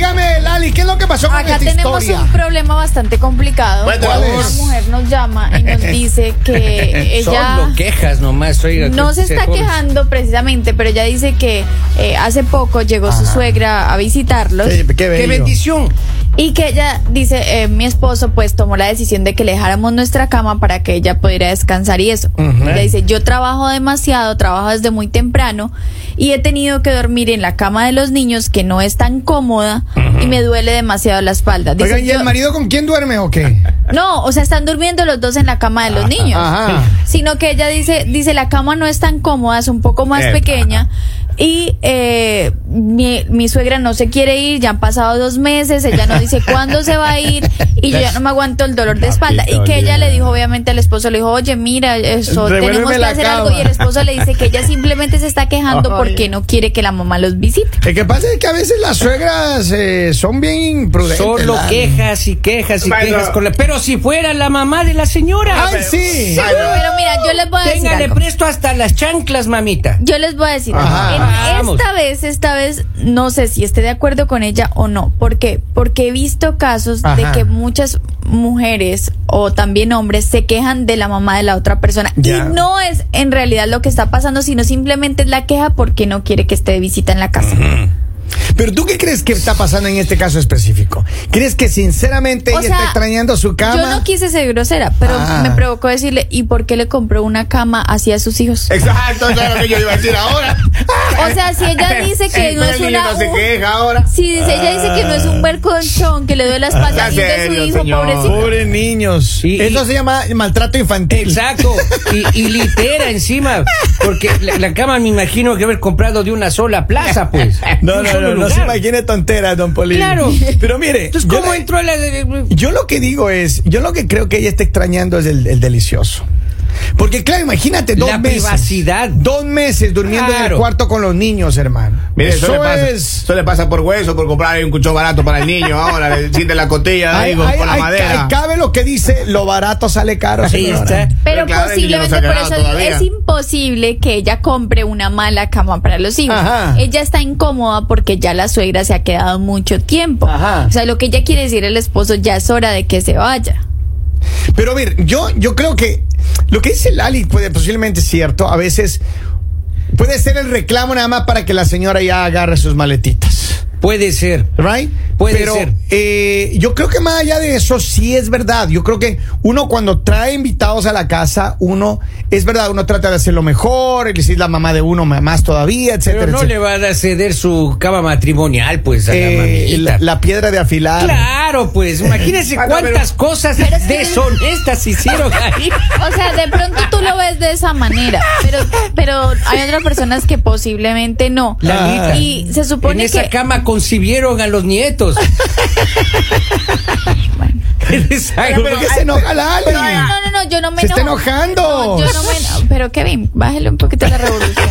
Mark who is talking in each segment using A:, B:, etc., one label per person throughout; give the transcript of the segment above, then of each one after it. A: Magali, ¿qué es lo que pasó con
B: Acá
A: esta
B: tenemos
A: historia?
B: un problema bastante complicado.
A: Bueno, ¿cuál
B: una
A: es?
B: mujer nos llama y nos dice que ella
C: Solo quejas nomás, oiga.
B: eh, no se está quejando precisamente, pero ella dice que eh, hace poco llegó su suegra a visitarlos
A: Sí, qué
C: ¡Qué
A: bello.
C: bendición!
B: y que ella dice, eh, mi esposo pues tomó la decisión de que le dejáramos nuestra cama para que ella pudiera descansar y eso. Ella dice, yo trabajo demasiado, trabajo desde muy temprano y he tenido que dormir en la cama de los niños que no es tan cómoda y me duele demasiado la espalda. Dice,
A: Oiga, ¿y
B: "Yo-
A: el marido con quién duerme o qué?
B: No, o sea, están durmiendo los dos en la cama de los niños.
A: Ajá.
B: Sino que ella dice, dice, la cama no es tan cómoda, es un poco más
C: Epa.
B: pequeña. Y eh, mi, mi suegra no se quiere ir, ya han pasado dos meses, ella no dice cuándo se va a ir y yo ya
A: Pues,
B: no me aguanto el dolor de espalda. Y que ella le dijo, obviamente, al esposo, le dijo, oye, mira, eso, tenemos
A: Devuélveme
B: que
A: la
B: hacer
A: cama.
B: algo. Y el esposo le dice que ella simplemente se está quejando
A: Ay.
B: porque no quiere que la mamá los visite.
A: Lo que pasa es que a veces las suegras eh, son bien imprudentes.
C: Solo
A: ¿verdad?
C: quejas y quejas y
D: Bueno.
C: quejas con la... Pero si fuera la mamá de la señora.
A: ¡Ay, sí!
B: Pero, mira, yo les voy a decir
C: Téngale
B: algo.
C: presto hasta las chanclas, mamita.
B: Yo les voy a decir,
A: Ajá.
B: en-
C: Vamos.
B: esta vez, esta vez, no sé si esté de acuerdo con ella o no. ¿Por qué? Porque he visto casos
A: Ajá.
B: de que muchas mujeres o también hombres se quejan de la mamá de la otra persona.
A: Ya.
B: Y no es en realidad lo que está pasando, sino simplemente es la queja porque no quiere que esté de visita en la casa.
A: Pero tú qué crees que está pasando en este caso específico? ¿Crees que sinceramente
B: O
A: ella está
B: sea,
A: extrañando su cama?
B: Yo no quise ser grosera, pero
A: Ah.
B: me provocó decirle, ¿y por qué le compró una cama así a sus hijos?
D: Exacto, eso es lo que yo iba a decir ahora.
B: O sea, si ella dice que
D: Sí,
B: no
D: pero
B: es
D: el
B: una...
D: niño no se
B: un-
D: queja ahora.
B: Si dice, ella dice que no es un buen colchón, que le duele la espalda
D: Está
B: y de su
D: Ah. serio,
B: hijo,
D: señor.
B: pobrecito.
A: Pobres niños.
C: Y-
A: Eso
C: y-
A: se llama maltrato infantil.
C: Exacto, y, y litera encima, porque la, la cama me imagino que haber comprado de una sola plaza, pues.
A: No,
C: Un
A: no,
C: solo
A: no, no
C: lugar.
A: se imagine tonteras, don Polín.
C: Claro.
A: Pero mire,
C: Entonces,
A: yo
C: ¿cómo
A: le-
C: entró la... de-
A: Yo lo que digo es, yo lo que creo que ella está extrañando es el, el delicioso. Porque claro, imagínate dos
C: La
A: meses.
C: privacidad.
A: Dos meses durmiendo en el
C: Claro.
A: cuarto con los niños, hermano.
D: Mire, eso,
A: eso,
D: le pasa,
A: es.
D: eso le pasa por hueso, por comprar ahí un cuchón barato para el niño ahora, le siente la costilla
A: Ahí-
D: ahí con,
A: ahí-
D: con la
A: ahí ca-
D: madera.
A: ahí cabe lo que dice, lo barato sale caro.
C: Ahí
A: señora.
C: está.
B: Pero
D: Pero claro, el niño no
B: posiblemente
D: saca
B: por
D: nada
B: eso
D: todavía.
B: es imposible que ella compre una mala cama para los hijos.
A: Ajá.
B: Ella está incómoda porque ya la suegra se ha quedado mucho tiempo.
A: Ajá.
B: O sea, lo que ella quiere decir el esposo ya es hora de que se vaya.
A: Pero a ver, yo, yo creo que lo que dice Lali puede posiblemente es cierto. A veces puede ser el reclamo nada más para que la señora ya agarre sus maletitas.
C: Puede ser.
A: Right?
C: Puede
A: Pero,
C: ser.
A: eh, yo creo que más allá de eso, sí es verdad. Yo creo que uno cuando trae invitados a la casa, uno, es verdad, uno trata de hacerlo mejor, y si es la mamá de uno, ma- más todavía, etcétera,
C: Pero no le
A: etcétera.
C: va a ceder su cama matrimonial, pues, a la
A: Eh,
C: mamita.
A: la, la piedra de afilar.
C: Claro, pues, imagínense
D: Ah, no,
C: cuántas cosas deshonestas hicieron ahí.
B: O sea, de pronto tú lo ves de esa manera, pero, pero hay otras personas que posiblemente no.
C: Lalita,
B: y se
C: en
B: supone
C: esa
B: que
C: cama concibieron a los nietos. Exacto.
A: Pero que se enoja Lali.
B: No, no, no, no, yo no me
A: Se está
B: enojo.
A: enojando.
B: No, yo no me eno- Pero Kevin, bájale un poquito la revolución.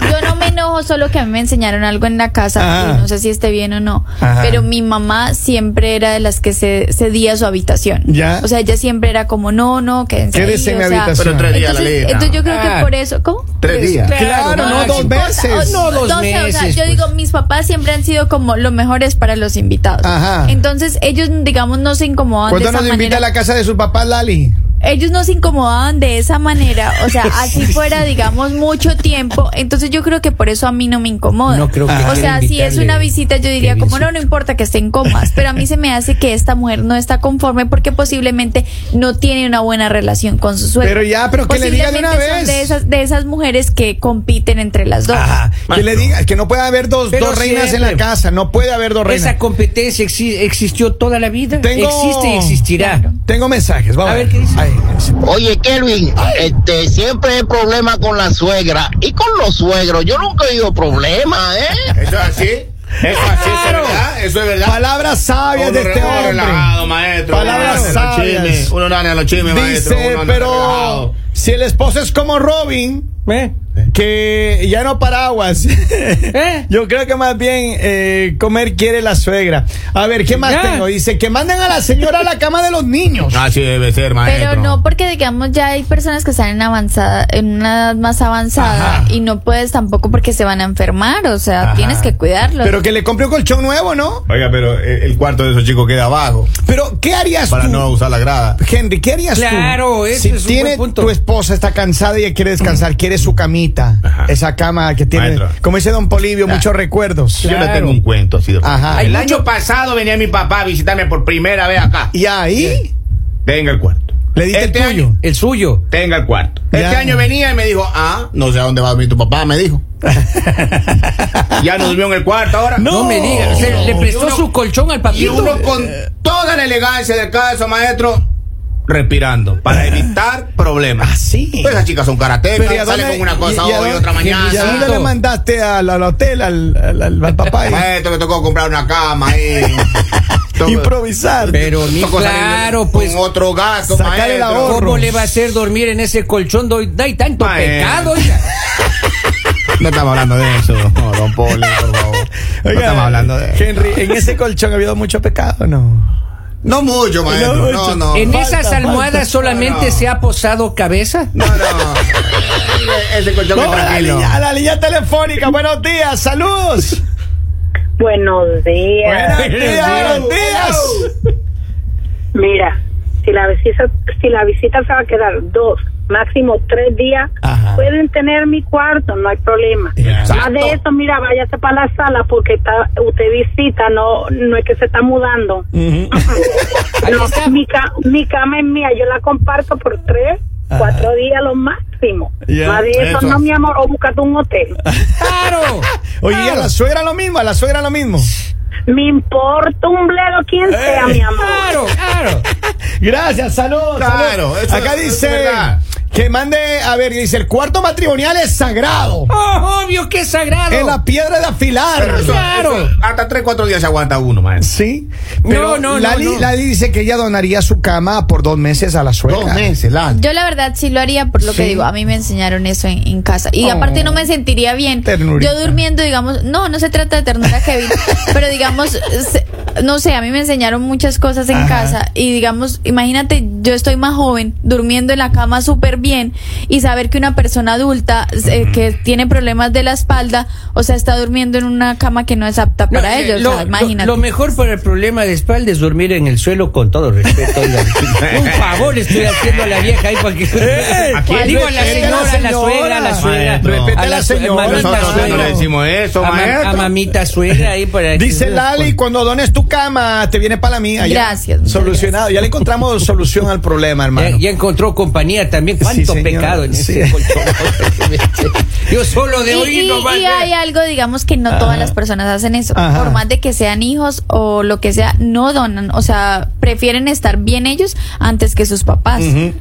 B: Yo no me enojo, solo que a mí me enseñaron algo en la casa.
A: Ajá.
B: y No sé si esté bien o no.
A: Ah. Ajá.
B: Pero mi mamá siempre era de las que se cedía su habitación.
A: Ya.
B: O sea, ella siempre era como, no, no, quédense. ahí,
A: Quédese en
B: o
A: mi
B: sea,
A: habitación.
D: Pero tres días la
B: Entonces,
D: ley.
B: entonces yo creo
C: Ah.
B: que por eso. ¿Cómo?
D: Tres días.
A: Claro, no,
C: máximo.
A: dos veces.
B: O-
C: No, dos
B: o sea,
C: meses.
B: yo
C: pues.
B: digo, mis papás siempre han sido como los mejores para los invitados.
A: Ajá.
B: Entonces, ellos, digamos, no se incomodan de
A: ¿Cuándo
B: esa
A: nos invita
B: manera
A: a la casa de su papá, Lali?
B: ellos nos incomodaban de esa manera, o sea, así fuera, digamos, mucho tiempo, entonces yo creo que por eso a mí no me incomoda.
C: No creo que
B: o
C: quiera
B: sea, si es
C: invitarle
B: una visita, yo diría,
C: que
B: como no,
C: visite.
B: no importa que estén comas, pero a mí se me hace que esta mujer no está conforme porque posiblemente no tiene una buena relación con su suegro.
A: Pero ya, pero que le diga de una
B: Pues,
A: vez.
B: Posiblemente son De esas, de esas mujeres que compiten entre las dos.
A: Ajá. Que
D: Maestro.
A: le diga, que no puede haber dos,
C: Pero
A: dos reinas en la
C: siempre.
A: casa, no puede haber dos reinas.
C: Esa competencia exi- existió toda la vida.
A: Tengo-
C: Existe y existirá.
A: Tengo mensajes, vamos.
C: A ver, ¿qué dice?
A: Ahí, sí.
E: Oye, Kelvin, este, siempre hay problema con la suegra y con los suegros. Yo nunca he oído problema, ¿eh?
D: Eso es así. Eso es así, eso es
C: Claro.
D: verdad. Eso es verdad.
A: Palabras sabias
D: Uno
A: de este
D: re-
A: hombre.
D: relajado, maestro.
A: Palabras
D: Uno anda en los
A: sabias.
D: chismes, Uno no anda en los chismes, maestro.
A: Dice,
D: uno anda
A: pero
D: relajado.
A: si el esposo es como Robin,
C: ¿Eh?
A: que ya no paraguas. Yo creo que más bien eh, comer quiere la suegra. A ver, ¿qué más
C: Ya.
A: tengo? Dice que manden a la señora a la cama de los niños.
D: Así debe ser, maestro.
B: Pero no, porque digamos ya hay personas que están en avanzada, en una edad más avanzada
A: Ajá.
B: y no puedes tampoco porque se van a enfermar, o sea,
D: Ajá.
B: tienes que cuidarlos.
A: Pero que le compre un colchón nuevo, ¿no?
D: Oiga, pero el el cuarto de esos chicos queda abajo
A: Pero, ¿qué harías
D: para
A: tú?
D: no usar la grada.
A: Henry, ¿qué harías tú?
C: Claro, ese
A: Si
C: es un
A: tiene
C: buen punto.
A: tu esposa está cansada y ella quiere descansar, quiere su camita,
D: Ajá.
A: esa cama que tiene,
D: Maestro.
A: como dice Don Polivio, muchos recuerdos.
D: Yo
C: Claro.
D: le tengo un cuento así de
A: Ajá.
D: El
C: Hay mucho-
D: año pasado venía mi papá a visitarme por primera vez acá.
A: Y ahí
D: Tenga el cuarto.
A: le diste
D: Este
A: el tuyo.
D: año-
C: El suyo.
D: Tenga el cuarto.
A: Ya.
D: Este año venía y me dijo, ah, no sé a dónde va a dormir tu papá, me dijo. ya no durmió en el cuarto ahora.
C: No, me digas. Se- le prestó
D: Y uno-
C: su colchón al
D: Y
C: papito.
D: uno con toda la elegancia del caso, maestro, respirando, para evitar problemas.
C: Ah,
A: Así.
D: Pues esas chicas son karatecas,
A: Ah, Pero, ¿y a
D: salen
A: dónde-
D: con una cosa
A: y- y a
D: hoy,
A: dónde-
D: otra mañana.
A: ¿Y a dónde le mandaste al, al hotel, al, al- al- al papá? Y-
D: Maestro, me tocó comprar una cama ahí. Tocó-
A: improvisar.
C: Pero mi
D: tocó salir
C: claro, pues.
D: Con otro gasto,
A: Sacar el
D: maestro.
A: ahorro.
C: ¿Cómo le va a hacer dormir en ese colchón? No hay- no hay tanto
D: Maestro.
C: pecado. oiga.
D: No estamos hablando de eso, no, don Poli, por favor. No
A: Oiga,
D: estamos hablando de eso.
A: Henry, en ese colchón ha habido mucho pecado, ¿no?
D: No mucho, maestro.
A: No
D: No,
A: mucho.
D: no.
C: ¿En
D: No,
A: Falta,
C: esas almohadas
A: falta.
C: solamente
D: No, no.
C: se ha posado cabeza?
D: no. Ese- Ese colchón
A: Vamos a la,
D: tranquilo.
A: línea, a la línea telefónica. Buenos días, saludos.
F: Buenos días.
A: Buenos días, buenos días.
F: Mira, si la visita si la visita se va a quedar dos, máximo tres días,
A: Ajá.
F: pueden tener mi cuarto, no hay problema.
D: Exacto.
F: Más de eso, mira, váyase para la sala porque está, usted visita, no no es que se está mudando.
C: Ahí
F: No,
C: está.
F: mi, ca- mi cama es mía, yo la comparto por tres, cuatro días lo máximo.
A: Ya,
F: Más de eso,
A: eso.
F: no, mi amor, o búscate un hotel.
C: ¡Claro!
A: Oye, ¿y a la suegra lo mismo, a la suegra lo mismo.
F: Me importa un bledo quien sea, mi amor.
C: ¡Claro, claro!
A: Gracias, saludos.
D: Claro,
A: saludos.
D: eso-
A: Acá
D: eso es
A: dice
D: verdad.
A: que mande, a ver, dice, el cuarto matrimonial es sagrado.
C: Oh, obvio que es sagrado!
A: Es la piedra de afilar.
D: Pero eso-
C: Claro.
D: eso- hasta 3, 4 días se aguanta uno, maestro.
A: Sí.
C: No,
A: Pero
C: no, no,
A: Lali,
C: no.
A: Lali dice que ella donaría su cama por dos meses a la suegra.
D: Dos meses, la.
B: Yo la verdad sí lo haría por lo que
A: Sí.
B: digo, a mí me enseñaron eso en, en casa y
C: Oh.
B: aparte no me sentiría bien.
A: Ternurita.
B: Yo durmiendo, digamos, no, no se trata de ternura, Kevin, pero digamos, se- no sé, a mí me enseñaron muchas cosas en
A: Ajá.
B: casa y digamos, imagínate, yo estoy más joven, durmiendo en la cama súper bien y saber que una persona adulta eh, que tiene problemas de la espalda, o sea, está durmiendo en una cama que no es apta
C: No,
B: para
C: eh,
B: ellos, o
C: lo,
B: sea,
C: lo-
B: imagínate.
C: lo mejor para el problema de espalda es dormir en el suelo con todo respeto. oigan. Un favor estoy haciendo a la vieja ahí para que.
D: ¿A quién?
C: Digo a la
A: Eh, Respete a la
C: señora, a la
A: señora.
C: suegra, a la suegra.
D: Maestro. Respete
A: a la
C: sue-
A: señora.
C: mamita
D: Nosotros
A: Maestro.
D: no le
C: suegra.
D: decimos eso,
C: A, ma-
D: maestro.
C: a mamita suegra ahí para que-
A: Dice Lali, cuando dones tu cama, te viene para la mía. Ya.
B: pues. Gracias, muchas
A: Solucionado. Ya le encontramos solución al problema,
C: Ya,
A: hermano.
C: ya encontró compañía también. Cuánto
A: señor.
C: pecado en ese
A: Sí.
C: colchón. Yo solo de
B: Y,
C: oír
B: y-
C: no
B: y hay algo, digamos, que no todas las personas hacen eso.
A: Ajá.
B: Por más de que sean hijos o lo que sea, no donan. O sea, prefieren estar bien ellos antes que sus papás.
A: Ujú.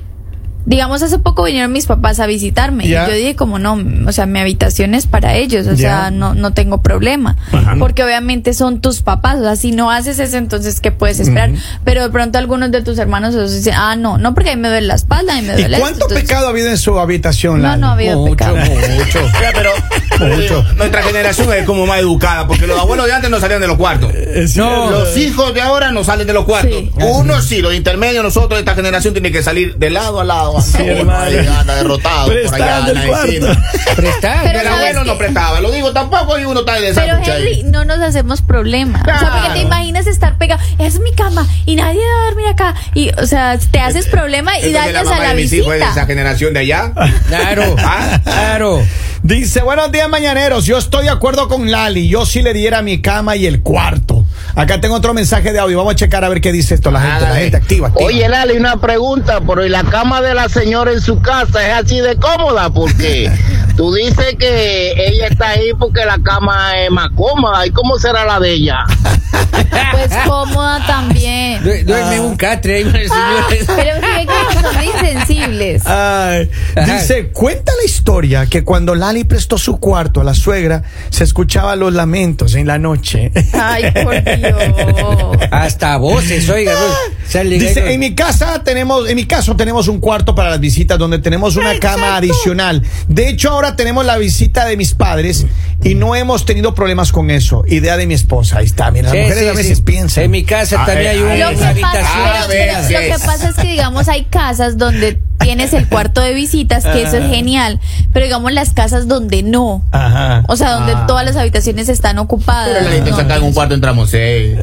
B: Digamos, hace poco vinieron mis papás a visitarme
A: Ya.
B: y yo dije como no, o sea, mi habitación es para ellos, o
A: Ya.
B: sea, no, no tengo problema. Porque obviamente son tus papás, o sea, si no haces eso, entonces, ¿qué puedes esperar? Pero de pronto algunos de tus hermanos os dicen, ah, no, no, porque a mí me duele la espalda, a mí me
A: ¿Y
B: duele esto,
A: cuánto
B: entonces-
A: pecado ha habido en su habitación,
B: No,
A: Lali?
B: no ha habido
C: Mucho,
B: pecado.
C: mucho.
D: Oiga, pero pero nuestra generación es como más educada, porque los abuelos de antes no salían de los cuartos.
C: No.
D: Los hijos de ahora no salen de los cuartos.
B: Sí.
D: Uno sí, los intermedios, nosotros, esta generación, tiene que salir de lado a lado. Anda, uno ahí, anda derrotado. Por allá,
A: Prestando
D: anda
A: el cuarto.
D: encima.
C: Prestar.
B: Pero
D: El
B: ¿sabes
D: abuelo no
B: qué?
D: prestaba, lo digo tampoco, y uno está ahí de esa
B: Pero
D: lucha ahí.
B: Henry, no nos hacemos problema. O sea, porque
D: Claro.
B: te imaginas estar pegado. Es mi cama y nadie va a dormir acá. Y, o sea, te haces problema y
D: Entonces,
B: dañas
D: mamá
B: a la
D: de mis hijos es de pues, esa
B: visita.
D: generación de allá.
C: Claro,
D: Ah.
C: claro.
A: Dice, buenos días, mañaneros. Yo estoy de acuerdo con Lali. Yo sí le diera mi cama y el cuarto. Acá tengo otro mensaje de audio. Vamos a checar a ver qué dice
C: Ah,
A: esto. La gente, la
D: Ándale.
A: gente activa. activa.
E: Oye, Lali, una pregunta, pero ¿y la cama de la señora en su casa es así de cómoda? Porque tú dices que ella está ahí porque la cama es más cómoda. ¿Y cómo será la de ella?
B: Pues cómoda también.
C: Du- duerme
A: Ah.
C: un catre ahí, señores.
B: Pero fíjate que son muy sensibles.
A: Ay,
C: Ajá.
A: dice, cuenta la historia que cuando Lali prestó su cuarto a la suegra, se escuchaban los lamentos en la noche.
B: Ay, por Dios.
C: Hasta voces, oiga. güey. Sale
A: Dice,
C: gallo.
A: en mi casa tenemos, en mi caso tenemos un cuarto para las visitas donde tenemos una cama adicional. De hecho, ahora ahora tenemos la visita de mis padres y no hemos tenido problemas con eso. Idea de mi esposa. Ahí está. Mira, las
C: Sí,
A: mujeres
C: sí,
A: a veces
C: sí.
A: piensan.
C: En mi casa
D: Ah,
C: también
D: eh,
C: hay
D: ahí
C: una
B: Lo que, pasa,
C: habitación.
D: Ah,
B: pero-
D: ves,
B: pero lo
D: es.
B: que pasa es que, digamos, hay casas donde tienes el cuarto de visitas, que eso es genial, pero digamos las casas donde no,
A: Ajá.
B: o sea, donde todas las habitaciones están ocupadas.
D: Ah. Pero la gente
B: ¿no?
D: se acá en un cuarto entramos seis.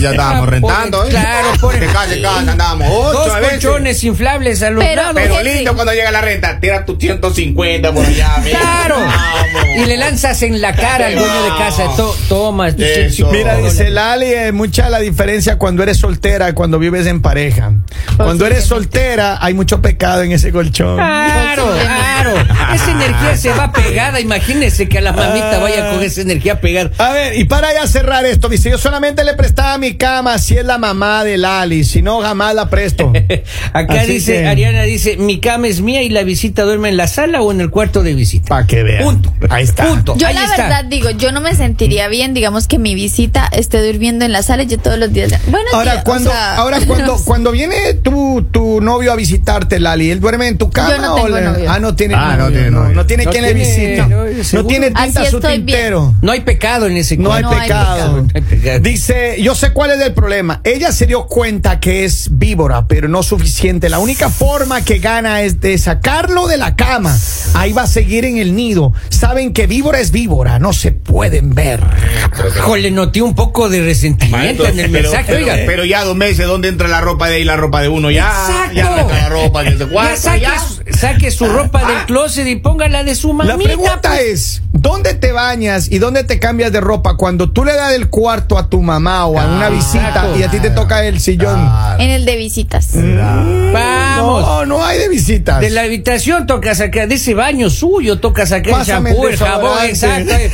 D: ya estábamos rentando, ¿eh?
C: Claro, pobre.
D: De casa en casa andábamos ocho
C: Dos
D: a veces.
C: colchones inflables a los
B: Pero-
C: lados.
D: Pero
B: Gente.
D: lindo cuando llega la renta, tira tus 150 por allá. mira.
C: ¡Claro!
D: Vamos.
C: Y le lanzas en la cara al dueño de casa. To- toma. tu
D: Eso.
C: cinco
A: Mira,
C: dólares.
A: dice Lali, es mucha la diferencia cuando eres soltera y cuando vives en pareja.
C: Pues
A: Cuando eres soltera, hay mucho pecado en ese colchón.
C: Claro, claro. Esa energía se va pegada. Imagínese que a la mamita vaya con esa energía a pegar.
A: A ver, y para ya cerrar esto, dice, yo solamente le prestaba mi cama si es la mamá de Lali, si no, jamás la presto.
C: Acá
A: Así
C: dice,
A: que-
C: Ariana dice, mi cama es mía y la visita duerme en la sala o en el cuarto de visita.
A: Para que vean.
C: Punto.
A: Ahí está.
C: Punto.
B: Yo
C: Ahí
B: la
C: está.
B: verdad digo, yo no me sentiría bien, digamos que mi visita esté durmiendo en la sala, yo todos los días. Bueno,
A: Ahora, cuando, ahora cuando, cuando viene tu, tu novio a visitarte, Lali, ¿él duerme en tu cama?
B: Yo no
A: o
B: tengo
A: le-
B: novio.
A: Ah, no tiene
D: Ah, no tiene
A: No,
D: novio.
A: no tiene
C: No
A: quien le
C: tiene
A: visite.
C: novio,
A: No
C: seguro.
A: tiene
B: Así
A: tinta su
B: estoy bien.
A: tintero.
C: No hay pecado en ese
A: No hay,
C: cuarto.
A: pecado.
C: No hay pecado.
A: Dice, yo sé cuál es el problema. Ella se dio cuenta que es víbora, pero no suficiente. La única forma que gana es de sacarlo de la cama. Ahí va a seguir en el nido. Saben que víbora es víbora, no se pueden ver.
C: Hijo, le noté un poco de resentimiento
D: Maestro,
C: en el
D: pero-
C: mensaje.
D: pero,
C: oiga.
D: pero ya dos meses, ¿dónde entra la ropa de ahí y la ropa de uno? Ya,
C: Exacto.
D: ya no entra la ropa en ese
C: Ya
D: cuarto.
C: saque,
D: ya. Ah,
C: su- saque su ropa del closet y póngala de su mamita.
A: La pregunta
C: pues.
A: es, ¿dónde te bañas y dónde te cambias de ropa cuando tú le das el cuarto a tu mamá o a
D: Ah,
A: una visita y a ti te toca el sillón?
B: en el de visitas.
C: Vamos.
A: No, no hay de visitas.
C: De la habitación toca sacar, de ese baño suyo toca sacar el
A: Pásame
C: shampoo,
A: el
C: el jabón, exacto.
A: desodorante.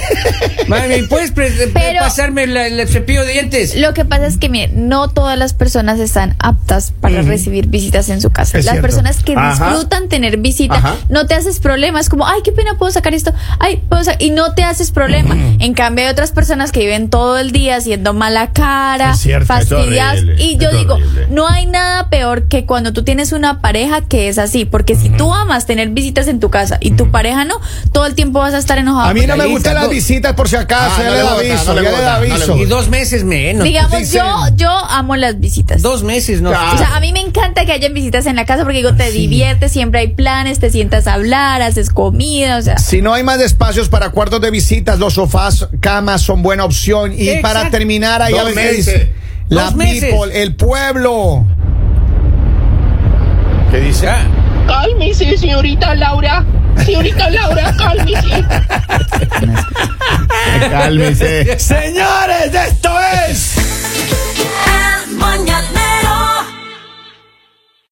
C: Mami, ¿puedes pre- pre-
B: Pero-
C: pasarme la- el cepillo de dientes?
B: Lo que pasa es que, mire, no todas las personas están aptas para recibir visitas en su casa.
A: Es
B: las
A: cierto.
B: personas que
D: Ajá.
B: disfrutan tener visita,
D: Ajá.
B: no te haces problemas, como, ay, qué pena, puedo sacar esto, ay, puedo sacar, y no te haces problema. En cambio, hay otras personas que viven todo el día haciendo mala cara,
D: Es cierto, es
B: fastidiadas.
D: horrible,
B: Y yo
D: es
B: digo,
D: horrible.
B: no hay nada peor que cuando tú tienes una pareja que es así, porque si tú amas tener visitas en tu casa y tu pareja no, todo el tiempo vas a estar enojado.
A: A mí no
B: con
A: me
B: la
A: gustan
B: visita.
A: las visitas por si acaso,
D: Ah,
A: ya
D: no
A: le
D: le
A: doy
D: gusta,
A: aviso, ya
D: no le
A: le doy
D: gusta, no le
A: aviso.
D: gusta.
C: Y dos meses menos.
B: Digamos,
A: dicen-
B: yo, yo amo las visitas.
C: Dos meses, ¿no?
D: Ah.
B: O sea, a mí me encanta que hayan visitas en la casa porque digo, te diviertes, siempre hay planes, te sientas a hablar, haces comida, o sea.
A: Si no hay más espacios para cuartos de visitas, los sofás, camas son buena opción. Y
C: Exacto.
A: para terminar, ahí
D: Dos
A: a ver qué
D: meses.
A: dice.
C: Dos
A: La
C: meses.
A: people, el pueblo.
D: ¿Qué dice?
G: Cálmese, señorita Laura. Señorita Laura, cálmese.
D: Cálmese.
A: Señores, ya